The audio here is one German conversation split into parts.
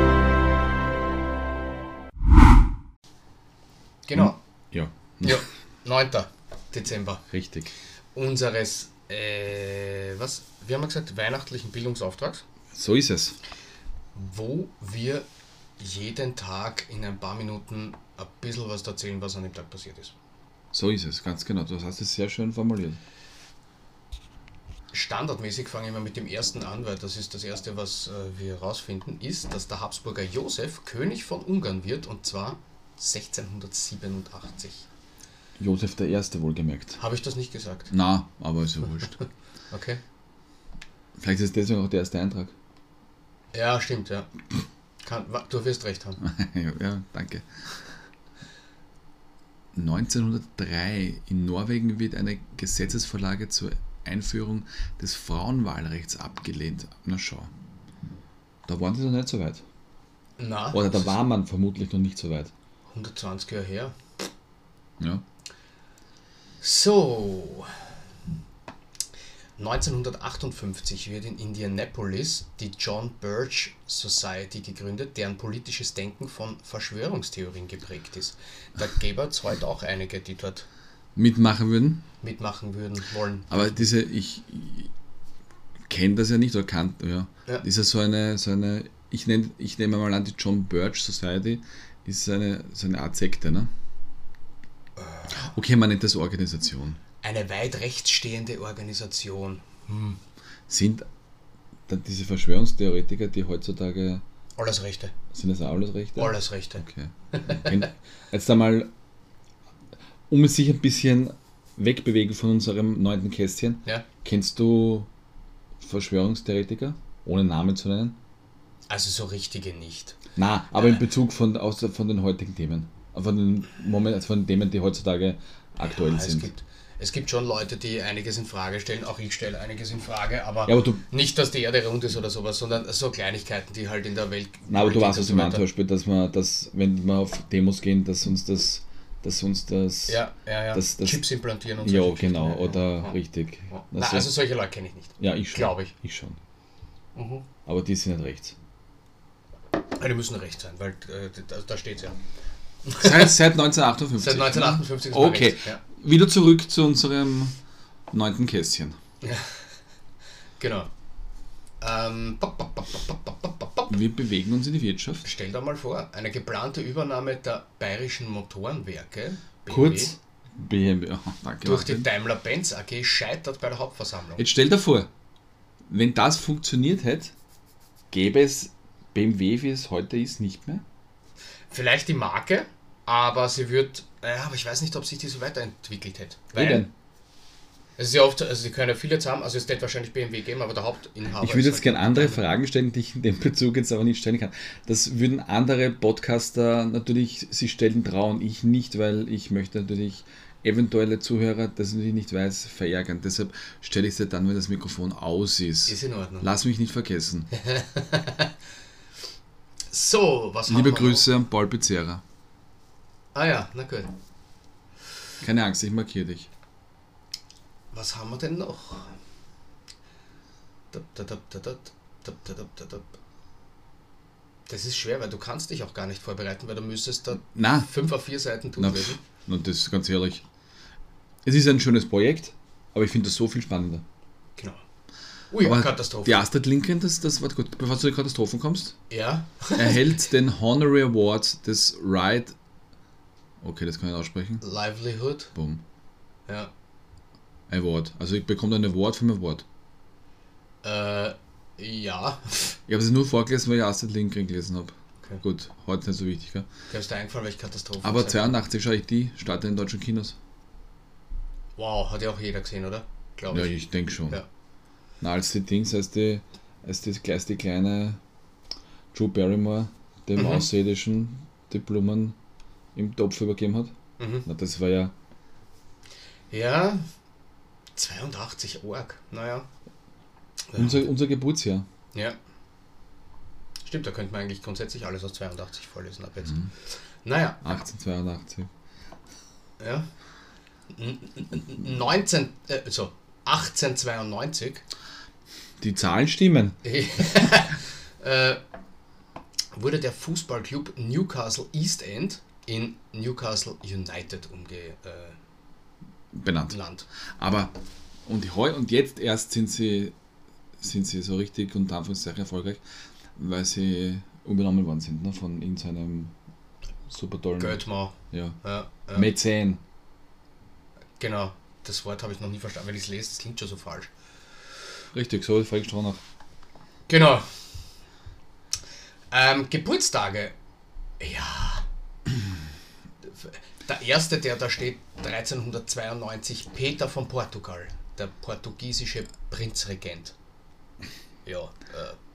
9. Hm. Dezember Richtig. unseres, äh, was, wir haben ja gesagt, weihnachtlichen Bildungsauftrags, So ist es. wo wir jeden Tag in ein paar Minuten ein bisschen was erzählen, was an dem Tag passiert ist. So ist es, ganz genau. Du hast es sehr schön formuliert. Standardmäßig fange ich mal mit dem ersten an, weil das ist das erste, was äh, wir herausfinden, ist, dass der Habsburger Josef König von Ungarn wird und zwar 1687. Josef der Erste wohlgemerkt. Habe ich das nicht gesagt? Na, aber ist ja wurscht. Okay. Vielleicht ist deswegen auch der erste Eintrag. Ja, stimmt, ja. Kann, wa- du wirst recht haben. ja, danke. 1903 in Norwegen wird eine Gesetzesvorlage zur Einführung des Frauenwahlrechts abgelehnt. Na schau. Da waren sie noch nicht so weit. Na, Oder da das war man vermutlich noch nicht so weit. ist 120 Jahre her. Ja. So. 1958 wird in Indianapolis die John Birch Society gegründet, deren politisches Denken von Verschwörungstheorien geprägt ist. Da gäbe es heute auch einige, die dort Mitmachen würden. mitmachen würden wollen. Aber diese, ich, ich kenne das ja nicht oder kann, ja. Ja. Ist ja so eine, so eine ich nenne ich nehme mal an, die John Birch Society ist eine, so eine Art Sekte, ne? Okay, man nennt das Organisation. Eine weit rechts stehende Organisation. Sind dann diese Verschwörungstheoretiker, die heutzutage, Alles Rechte. sind das auch alles Rechte? Alles Rechte. Okay. Wenn- Jetzt einmal, um sich ein bisschen wegbewegen von unserem neunten Kästchen, Ja. Kennst du Verschwörungstheoretiker? Ohne Namen zu nennen? Also so richtige nicht. Na, aber in Bezug von, aus, von den heutigen Themen. Von den, Moment, also von den Themen, die heutzutage aktuell Ja, Ah, es, sind. gibt, es gibt schon Leute, die einiges in Frage stellen, auch ich stelle einiges in Frage, aber, Ja, aber du- nicht, dass die Erde rund ist oder sowas, sondern so Kleinigkeiten, die halt in der Welt. Na, aber du Politik weißt, und was so ich meine, zum weiter- Beispiel, dass man, dass, wenn wir auf Demos gehen, dass uns das, dass uns das. Ja, ja, ja. Das- das- Chips implantieren und Ja, solche genau, Geschichten, ja, oder ja. richtig. Ja. Na, Na, so- also solche Leute kenne ich nicht. ja, ich schon. glaub ich. Mhm. Ich schon. Aber die sind nicht rechts. Aber Die müssen recht sein, weil äh, da, da steht ja. Seit, seit 1958. Seit 1958 ist man Okay. rechts, ja. Wieder zurück zu unserem neunten Kästchen. Genau. Ähm, pop, pop, pop, pop, pop, pop, pop, pop. Wir bewegen uns in die Wirtschaft. Stell dir mal vor, eine geplante Übernahme der bayerischen Motorenwerke BMW, Kurz. genau. BMW. aha, danke. durch die Martin. Daimler-Benz AG scheitert bei der Hauptversammlung. Jetzt stell dir vor, wenn das funktioniert hätte, gäbe es BMW, wie es heute ist, nicht mehr. Vielleicht die Marke, aber sie wird. Ja, aber ich weiß nicht, ob sich die so weiterentwickelt hätte. Wie denn? Es ist ja oft, also sie können ja viele jetzt haben, also es wird wahrscheinlich BMW geben, aber der Hauptinhaber. Ich würde ist halt jetzt gerne andere Fragen stellen, die ich in dem Bezug jetzt aber nicht stellen kann. Das würden andere Podcaster natürlich sich stellen trauen, ich nicht, weil ich möchte natürlich eventuelle Zuhörer, das natürlich nicht weiß, verärgern. Deshalb stelle ich es dir dann, wenn das Mikrofon aus ist. Ist in Ordnung. Lass mich nicht vergessen. So, was haben Liebe wir Grüße an Paul Pizzerra. Noch? Ah ja, na gut. Keine Angst, ich markiere dich. Was haben wir denn noch? Dab, dab, dab, dab, dab, dab, dab, dab, dab, dab. Das ist schwer, weil du kannst dich auch gar nicht vorbereiten, weil du müsstest da Na, fünf auf vier Seiten Na, durchlesen. pff, und das ist ganz ehrlich. Es ist ein schönes Projekt, aber ich finde das so viel spannender. Genau. Ui, aber Katastrophe. Die Astrid Lincoln, das, das war gut. Bevor du zu den Katastrophen kommst, ja. erhält den Honorary Award des Right. Okay, das kann ich nicht aussprechen. Livelihood. Boom. Ja. Award. Also ich bekomme dann ein Award vom Award. Äh, ja. Ich habe es nur vorgelesen, weil ich Astrid Lincoln gelesen habe. Okay. Gut, heute nicht so wichtig. Gell? Da ist dir eingefallen, welche Katastrophe. Aber gesagt 82 schaue ich die, startet in deutschen Kinos. habe. Wow, hat ja auch jeder gesehen, oder? Glaube Ja, ich. ich denke schon. Ja. Na, als die Dings, als die, als die, als die kleine Drew Barrymore dem Mhm. Außerirdischen die Blumen im Topf übergeben hat. Mhm. Na, das war ja. Ja. 82 Org. Naja. Ja. Unser, unser Geburtsjahr. ja. Stimmt, da könnte man eigentlich grundsätzlich alles aus 82 vorlesen ab jetzt. Naja, 1882. ja. N- n- 19, äh, so, 1892 Die Zahlen stimmen. äh, wurde der Fußballclub Newcastle East End in Newcastle United umge, äh, benannt. Land. Aber und, heu, und jetzt erst sind sie, sind sie so richtig und Anführungszeichen erfolgreich, weil sie umgenommen worden sind ne, von irgendeinem super tollen Göttmau. ja, Ja, ja. Mäzen. Genau. Das Wort habe ich noch nie verstanden. Wenn ich es lese, das klingt schon so falsch. Richtig, so Falk Stronach. Genau. Ähm, Geburtstage. Ja. Der erste, der da steht, 1392, Peter von Portugal, der portugiesische Prinzregent. Ja, äh,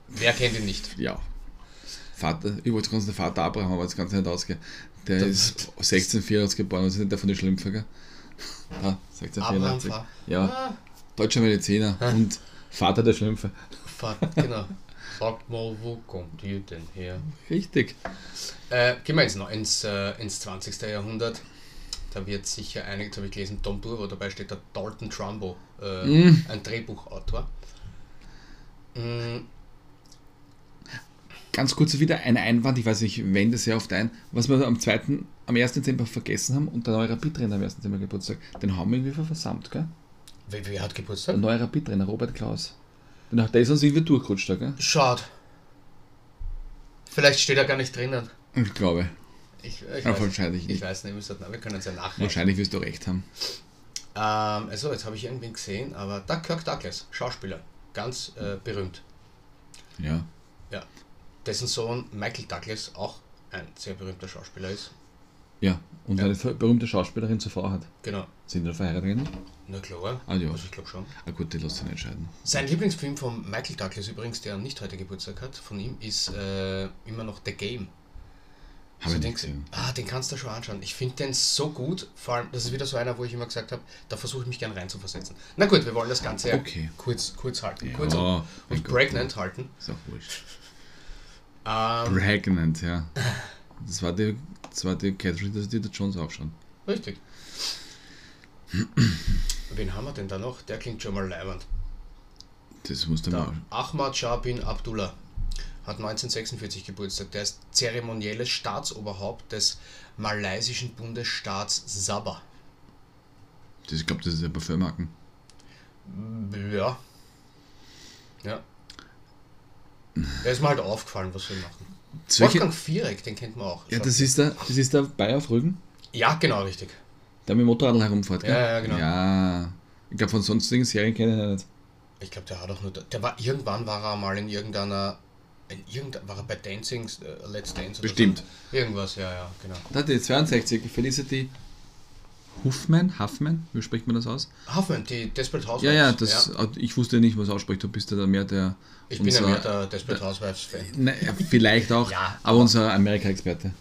wer kennt ihn nicht? Ja. Vater, ich wollte ganz den Vater Abraham, aber das Ganze nicht ausgehen. Der ist 1684 geboren, also nicht der von den Schlümpfer, gell? Ah, Abraham 1684. Fra- Ja, Ah, deutscher Mediziner und Vater der Schlümpfe. Fa- genau. Sag mal, wo kommt ihr denn her? Richtig. Äh, gehen wir jetzt noch ins, äh, ins 20. Jahrhundert. Da wird sicher einiges, habe ich gelesen, Tom Turbo, dabei steht der Dalton Trumbo, äh, Mm. ein Drehbuchautor. Mm, Ganz kurz wieder ein Einwand, ich weiß nicht, ich wende sehr oft ein, was wir am 2., am 1. Dezember vergessen haben und der neue Rapid-Trainer am 1. Dezember Geburtstag, den haben wir irgendwie versammelt, gell? wer, wer hat Der Geburtstag? neue Rapid-Trainer, Robert Klaus. Den hat- Der ist uns irgendwie durchgerutscht, da, gell? Schade. Vielleicht steht er gar nicht drinnen. Ich glaube. Ich, ich, Ja, weiß, wahrscheinlich ich nicht. weiß nicht, wir sollten- aber wir können es ja nachreichen. Wahrscheinlich wirst du recht haben. Ähm, also, jetzt habe ich irgendwen gesehen, aber da Kirk Douglas, Schauspieler, ganz äh, berühmt. Ja. Ja. Dessen Sohn Michael Douglas auch ein sehr berühmter Schauspieler ist. Ja, und eine ver- berühmte Schauspielerin zur Frau hat. Genau. Sind die verheiratet? eigentlich? Na klar. Ah, ja. Also, ich glaube schon. Ah gut, die lässt sich nicht entscheiden. Sein Lieblingsfilm von Michael Douglas übrigens, der nicht heute Geburtstag hat, von ihm ist äh, immer noch The Game. Hab den, ich nicht gesehen. ah, den kannst du schon anschauen. Ich finde den so gut, vor allem, das ist wieder so einer, wo ich immer gesagt habe, da versuche ich mich gern reinzuversetzen. Na gut, wir wollen das Ganze ja Okay. kurz, kurz halten. Ja, kurz mein und, und Gott. pregnant halten. Ist auch wurscht. Ähm, Pregnant, ja. Das war die, das war die Catherine, das die der Jones auch schon. richtig. Wen haben wir denn da noch? Der klingt schon mal leibend. Das musste Da, man Ahmad Shah bin Abdullah hat 1946 Geburtstag. Der ist zeremonielles Staatsoberhaupt des malaysischen Bundesstaats Sabah. auch. Das, ich glaube, das ist aber für Marken. Ja. Ja. Der ist mir halt aufgefallen, was wir machen. Solche, Wolfgang Viereck, den kennt man auch. ja, das ist der, das ist der Bayer auf Rügen, ja, genau, richtig. der mit dem Motorrad herumfährt, gell? Ja, ja, genau. Ja. Ich glaube, von sonstigen Serien kenne ich ihn nicht. Ich glaube, der hat auch nur. Der war irgendwann war er mal in irgendeiner. In irgendeiner war er bei Dancing, äh, Let's Dance oder Bestimmt. So. Irgendwas, ja, ja, genau. Da hat die 62, Felicity Huffman, Huffman, wie spricht man das aus? Hoffmann, die Desperate Housewives. Ja, ja, das, ich wusste nicht, was ausspricht. Du bist ja da mehr der. Ich bin ja unser- mehr der Desperate Housewives-Fan. Ne, vielleicht auch, Ja. aber unser Amerika-Experte.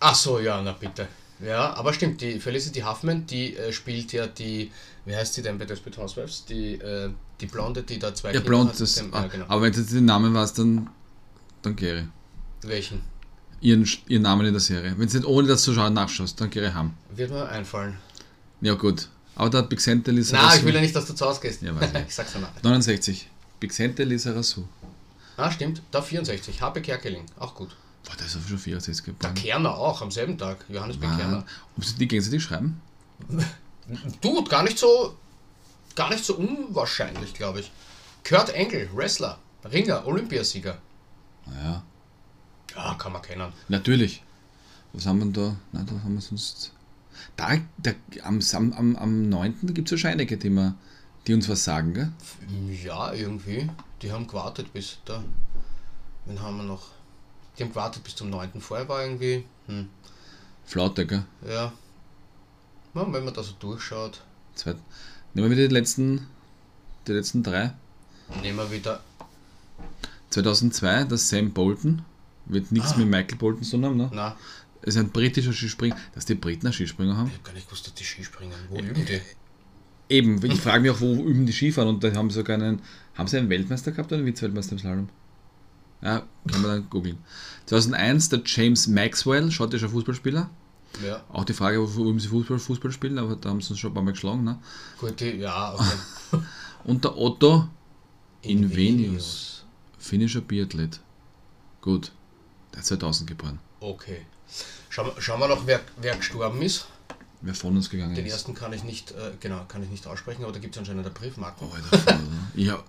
Ach so, ja, na bitte. Ja, aber stimmt, die Felicity Huffman, die äh, spielt ja die, wie heißt sie denn bei Desperate Housewives? Die, äh, die Blonde, die da zwei Ja, Kinder blond, hat, das, dem- ja, ah, genau. aber wenn du jetzt den Namen weißt, dann, dann Gary. Welchen? Ihren, Sch- ihren Namen in der Serie. Wenn du nicht ohne das zu schauen nachschaust, dann Gary Ham. Wird mir einfallen. Ja, gut. Aber da hat Big Santa Lisa Na, ich Rassou. will ja nicht, dass du zu Hause gehst. Ja, weiß ich. ich sag's danach. 69. Big Santa Lisa Rassou. Ah, stimmt, da 64, HP Kerkeling, auch gut. Boah, der ist aber schon 64 Der geboren. Kerner auch, am selben Tag, Johannes B. Mann. Kerner. Ob sie die gegenseitig schreiben? Du, gar nicht so, gar nicht so unwahrscheinlich, glaube ich. Kurt Engel, Wrestler, Ringer, Olympiasieger. Naja, Ja, kann man kennen. natürlich. Was haben wir denn da? Na, da haben wir sonst. Da, da, am, Sam- am, am 9. gibt es wahrscheinlich einige, die, wir- die uns was sagen, gell? Ja, irgendwie. Die haben gewartet bis da. Wen haben wir noch? Die haben gewartet bis zum 9. Vorher war irgendwie. Hm, Flaute, gell? ja. ja. Wenn man da so durchschaut, Zweit. Nehmen wir wieder die letzten, die letzten drei. nehmen wir wieder. 2002, der Sam Bolton. Wird nichts mit Michael Bolton zu tun haben, ne? Na, Ist ein britischer Skispringer. Dass die Briten einen Skispringer haben? ich hab gar nicht gewusst, dass die Skispringen. Wo üben die? Eben, ich frage mich auch, wo üben die Skifahren? Und da haben sie sogar einen. Haben sie einen Weltmeister gehabt oder einen Vizeweltmeister im Slalom? Ja, kann man dann googeln. 2001, der James Maxwell, schottischer Fußballspieler. Ja, Auch die Frage, warum sie Fußball, Fußball spielen, aber da haben sie uns schon ein paar Mal geschlagen. Ne? gut, die, ja, okay. Und der Otto, Invenius. finnischer Biathlet. Gut, der ist 2000 geboren. Okay. Schauen, wir- schauen wir noch, wer, wer gestorben ist. Wer von uns gegangen Den ist. ersten kann ich nicht, äh, genau, kann ich nicht aussprechen, aber da gibt es anscheinend eine Briefmarke. Oh, Alter, voll, oder? ja,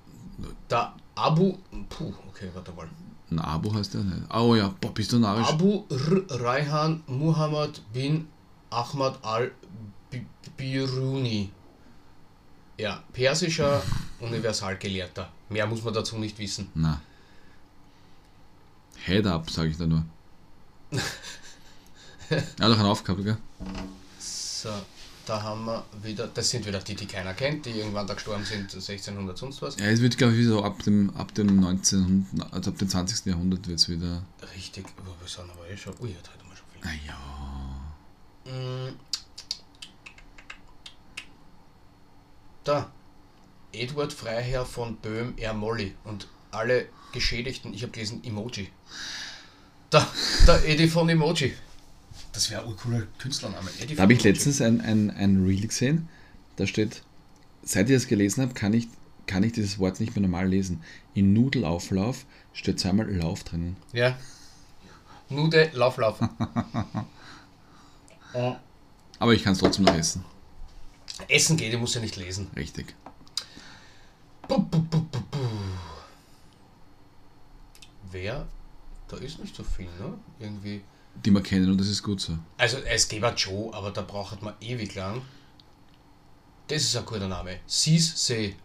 Da Abu, puh, okay, warte mal. ein Abo heißt der nicht. Oh ja, boah, bist du narrisch. Abu R. Raihan Muhammad bin Ahmad al-Biruni. Ja, persischer Universalgelehrter. Mehr muss man dazu nicht wissen. Na. Head up, sage ich da nur. er hat doch einen aufgehabt, gell? So, da haben wir wieder, das sind wieder die, die keiner kennt, die irgendwann da gestorben sind, 1600 sonst was. Ja, es wird, glaube ich, wieder so ab dem, ab dem 19. also ab dem 20. Jahrhundert wird es wieder. Richtig, aber wir sind aber eh schon, ui, jetzt hatten wir schon viel. Ah ja. Mm. Da. Edward Freiherr von Böhm R. Molly und alle Geschädigten, ich habe gelesen Emoji. Da, da Edi von Emoji. Das wäre ein cooler Künstlername. Edi Da habe ich letztens ein, ein, ein Reel gesehen, da steht, seit ich das gelesen habe, kann ich, kann ich dieses Wort nicht mehr normal lesen. In Nudelauflauf steht zweimal Lauf drinnen. Ja. Nude, lauf, lauf. Äh, Aber ich kann es trotzdem noch essen. Essen geht, ich muss ja nicht lesen. Richtig. Bu, bu, bu, bu, bu. Wer? Da ist nicht so viel, ne? Irgendwie. Die wir kennen und das ist gut so. Also es gäbe Joe, aber da braucht man ewig lang. Das ist ein guter Name. Sis See.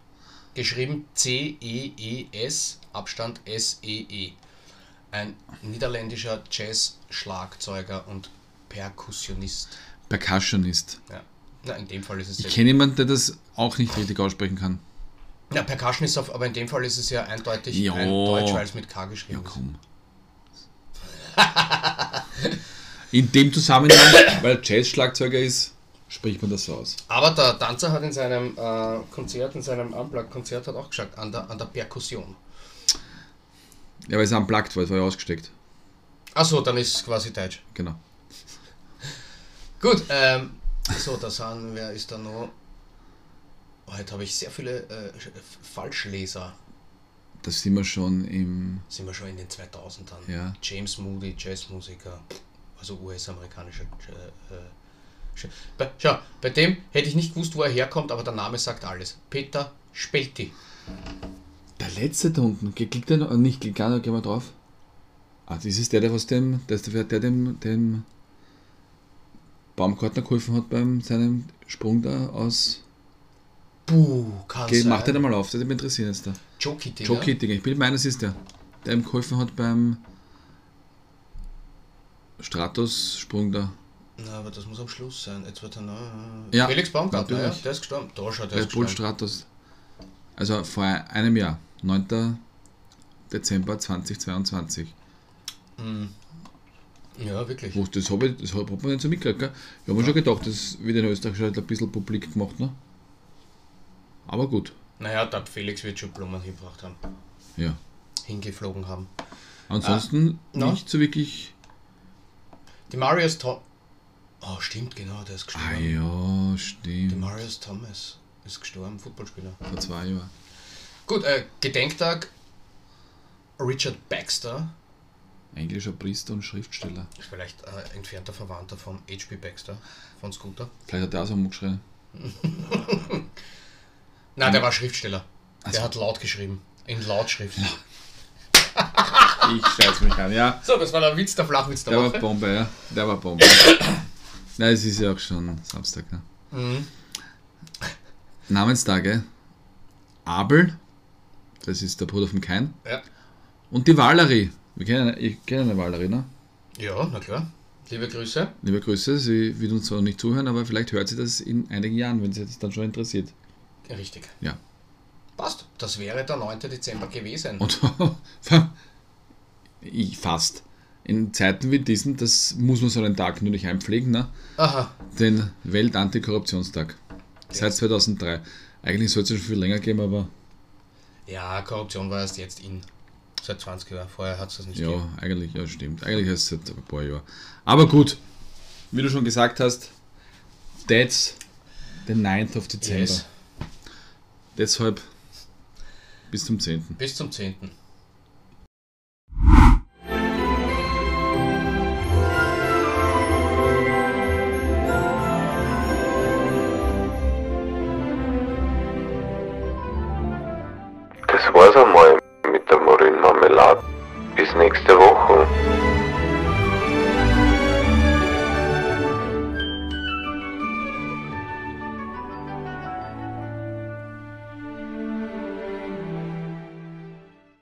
Geschrieben C-E-E-S, Abstand S-E-E. Ein niederländischer Jazz-Schlagzeuger und Perkussionist. Percussionist. Ja. Na, in dem Fall ist es Ich ja. kenne jemanden, der das auch nicht richtig aussprechen kann. Na, Percussion ist auf, aber in dem Fall ist es ja eindeutig Jo. ein Deutsch, weil es mit K Ja, geschrieben ist. komm. In dem Zusammenhang, weil er Jazz-Schlagzeuger ist, spricht man das so aus. Aber der Tanzer hat in seinem äh, Konzert, in seinem Unplugged-Konzert, hat auch gesagt, an der, an der Perkussion. Ja, weil es unplugged war, es war ja ausgesteckt. Achso, dann ist es quasi Deutsch. Genau. Gut, ähm, so, da sind, wer ist da noch? Heute habe ich sehr viele äh, Sch- F- Falschleser. Da sind wir schon im. Sind wir schon in den 2000ern. Ja. James Moody, Jazzmusiker, also US-amerikanischer. Äh, äh, Sch- bei, schau, bei dem hätte ich nicht gewusst, wo er herkommt, aber der Name sagt alles. Peter Spelti. Der letzte da unten, Ge- klickt der noch? Ah, Nicht, klickt gar nicht, gehen wir drauf. Ah, das ist der, der aus dem. Der, ist der, der dem, dem Baumgartner geholfen hat beim seinem Sprung da aus. Buh, kann Geh, sein. mach den einmal auf, das würde mich interessieren jetzt da. Joe Kitty, Joe ja? Kitting, ich bin meines ist der, der ihm geholfen hat beim Stratus-Sprung da. Na, aber das muss am Schluss sein. Jetzt wird er noch. äh, Ja, Felix Baumgartner, ja, natürlich. der ist gestorben. Da schaut der Red ist Bull gestorben. Stratus. Also vor einem Jahr, 9. Dezember 2022. Ja, wirklich. Wo- Das habe ich, das hab hat man nicht so mitgekriegt, gell? Ich habe mir schon gedacht, das wird in Österreich schon ein bisschen publik gemacht, ne? Aber gut, Naja, der Felix wird schon Blumen hingebracht haben. ja. hingeflogen haben. Ansonsten Ah, na? nicht so wirklich. Die Marius Thomas. Oh, stimmt, genau, der ist Ah gestorben. ja, Die stimmt. Marius Thomas ist gestorben, Footballspieler. Vor zwei Jahren. Gut, äh, Gedenktag. Richard Baxter, Englischer Priester und Schriftsteller. ist vielleicht äh, entfernter Verwandter von H.P. Baxter, von Scooter. Vielleicht hat der auch so umgeschrien. Nein, Mhm. der war Schriftsteller. so. Der hat laut geschrieben. In Lautschrift. Ich scheiß mich an, ja. So, das war der Witz, der Flachwitz der Der war Woche. Bombe, ja. Der war Bombe. Nein, es ist ja auch schon Samstag, ne? Mhm. Namenstage. Abel, das ist der Bruder von Kain. Ja. Und die Valerie. Wir kennen, ich kenne eine Valerie, ne? ja, na klar. Liebe Grüße. Liebe Grüße, sie wird uns zwar nicht zuhören, aber vielleicht hört sie das in einigen Jahren, wenn sie das dann schon interessiert. Richtig. Ja. Passt. Das wäre der 9. Dezember gewesen. Und ich fast. In Zeiten wie diesen, das muss man so einen Tag nur nicht einpflegen, ne? Aha. Den Weltantikorruptionstag. Seit 2003. Eigentlich sollte es schon viel länger geben, aber Ja, Korruption war erst jetzt in. Seit 20 Jahren. Vorher hat es das nicht Ja, gegeben. eigentlich, ja, stimmt. Eigentlich ist es seit ein paar Jahren. Aber gut, wie du schon gesagt hast, that's the 9th of December. Yes. Deshalb bis zum 10. Bis zum 10.